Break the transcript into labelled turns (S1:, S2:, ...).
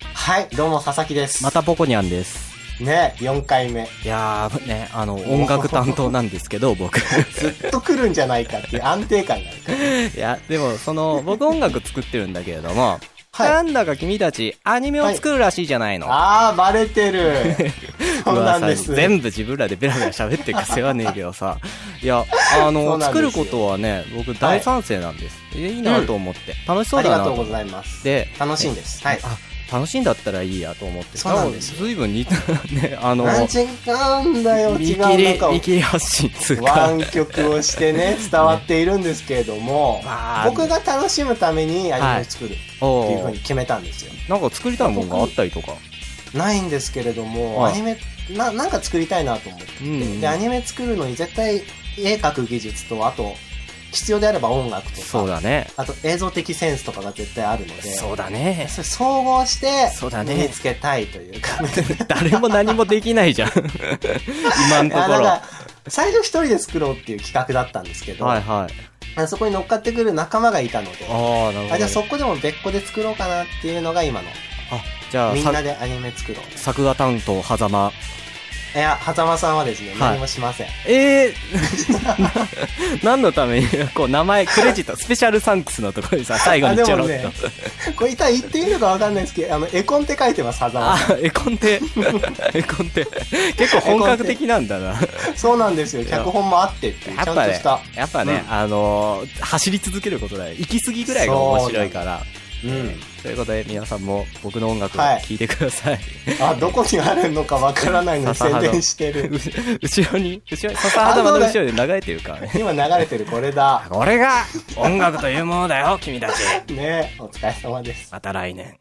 S1: はい、どうも、佐々木です。
S2: またポコニャンです。
S1: ね、4回目。
S2: いやー、ね、あの、音楽担当なんですけど、 僕。
S1: ずっと来るんじゃないかっていう安定感がある から。
S2: いや、でも、その、僕音楽作ってるんだけれども、
S1: はい
S2: なんだか君たち、アニメを作るらしいじゃないの。
S1: あー、バレて る。そうなん
S2: 噂
S1: で
S2: に
S1: す。
S2: 全部自分らでベラベラ喋ってるか世話ねえけ どさ。いや、あ
S1: そ
S2: の
S1: う、なんで
S2: 作
S1: すよ
S2: ることはね、僕大賛成なんです。えいいなと思って。楽しそ
S1: あ
S2: う
S1: り
S2: だ
S1: が
S2: な
S1: と
S2: と
S1: う
S2: 思
S1: ご
S2: っ
S1: ざいます。
S2: て。
S1: 楽しいんです。はい。
S2: あ、楽しいんだったらいいやと思って。
S1: そうなんですよ
S2: 随分似た、ね、あの、
S1: なんちうんだよ、
S2: 見
S1: 違
S2: 切
S1: う
S2: り、
S1: 中を
S2: 見。切り発信つうか。
S1: 湾曲をして ね、伝わっているんですけれども
S2: ま、あ
S1: 僕が楽しむためにアニメを作るって
S2: お
S1: いう
S2: ー
S1: ふうに決めたんですよ。
S2: なんか作りたいもんがあったりとか。
S1: ないんですけれども、
S2: はい
S1: アニメ、な、なんか作りたいなと思って。
S2: うん
S1: で、アニメ作るのに絶対絵描く技術と、あと、必要であれば音楽と
S2: そう
S1: か、
S2: だね。
S1: あと映像的センスとかが絶対あるので、
S2: そうだね。
S1: それ総合して
S2: そうだ、ね
S1: 身につけたいという か、
S2: 誰も何もできな いじゃん。今の
S1: いや
S2: と
S1: なん
S2: こ
S1: か
S2: ろ。
S1: 最初一人で作ろうっていう企画だったんですけど、
S2: はいはい。
S1: あそこに乗っかってくる仲間がいたので、
S2: ああ、なるほど。
S1: あじゃあそこでも別個で作ろうかなっていうのが今の。
S2: あじゃあ
S1: みんな
S2: さ、
S1: でアニメ作ろう。
S2: 作画担当、狭間。
S1: いや、はざまさんはですね、
S2: い
S1: 何もしません。
S2: えー、 何のために、こう、名前、クレジット、スペシャルサンクスのところに さ、最後
S1: あ、
S2: に
S1: で
S2: ちょろ
S1: も
S2: っと。
S1: ね、これ一体言っていいのかわかんないですけど、あの、絵コンって書いてます、はざまさん。
S2: あ、絵コ ンテ。絵コンテ。結構本格的なんだな。
S1: そうなんですよ。
S2: や
S1: 脚本もあってっていう、ち
S2: や
S1: ゃ
S2: っ
S1: ん
S2: ぱ
S1: と
S2: ね
S1: した。、
S2: やっぱね、あのー、走り続けることだよ。行き過ぎぐらいが面白いから。
S1: うん。
S2: ということで、皆さんも僕の音楽を
S1: はい
S2: 聴いてく ださい。
S1: あ、どこにあるのかわからないのに
S2: 笹
S1: 宣
S2: 肌
S1: 伝してる。
S2: う後ろに、後ろに、笹頭の後ろで流れてるからね。
S1: 今流れてるこれだ。
S2: これが音楽というものだよ、君たち。
S1: ねお疲れ様です。
S2: また来年。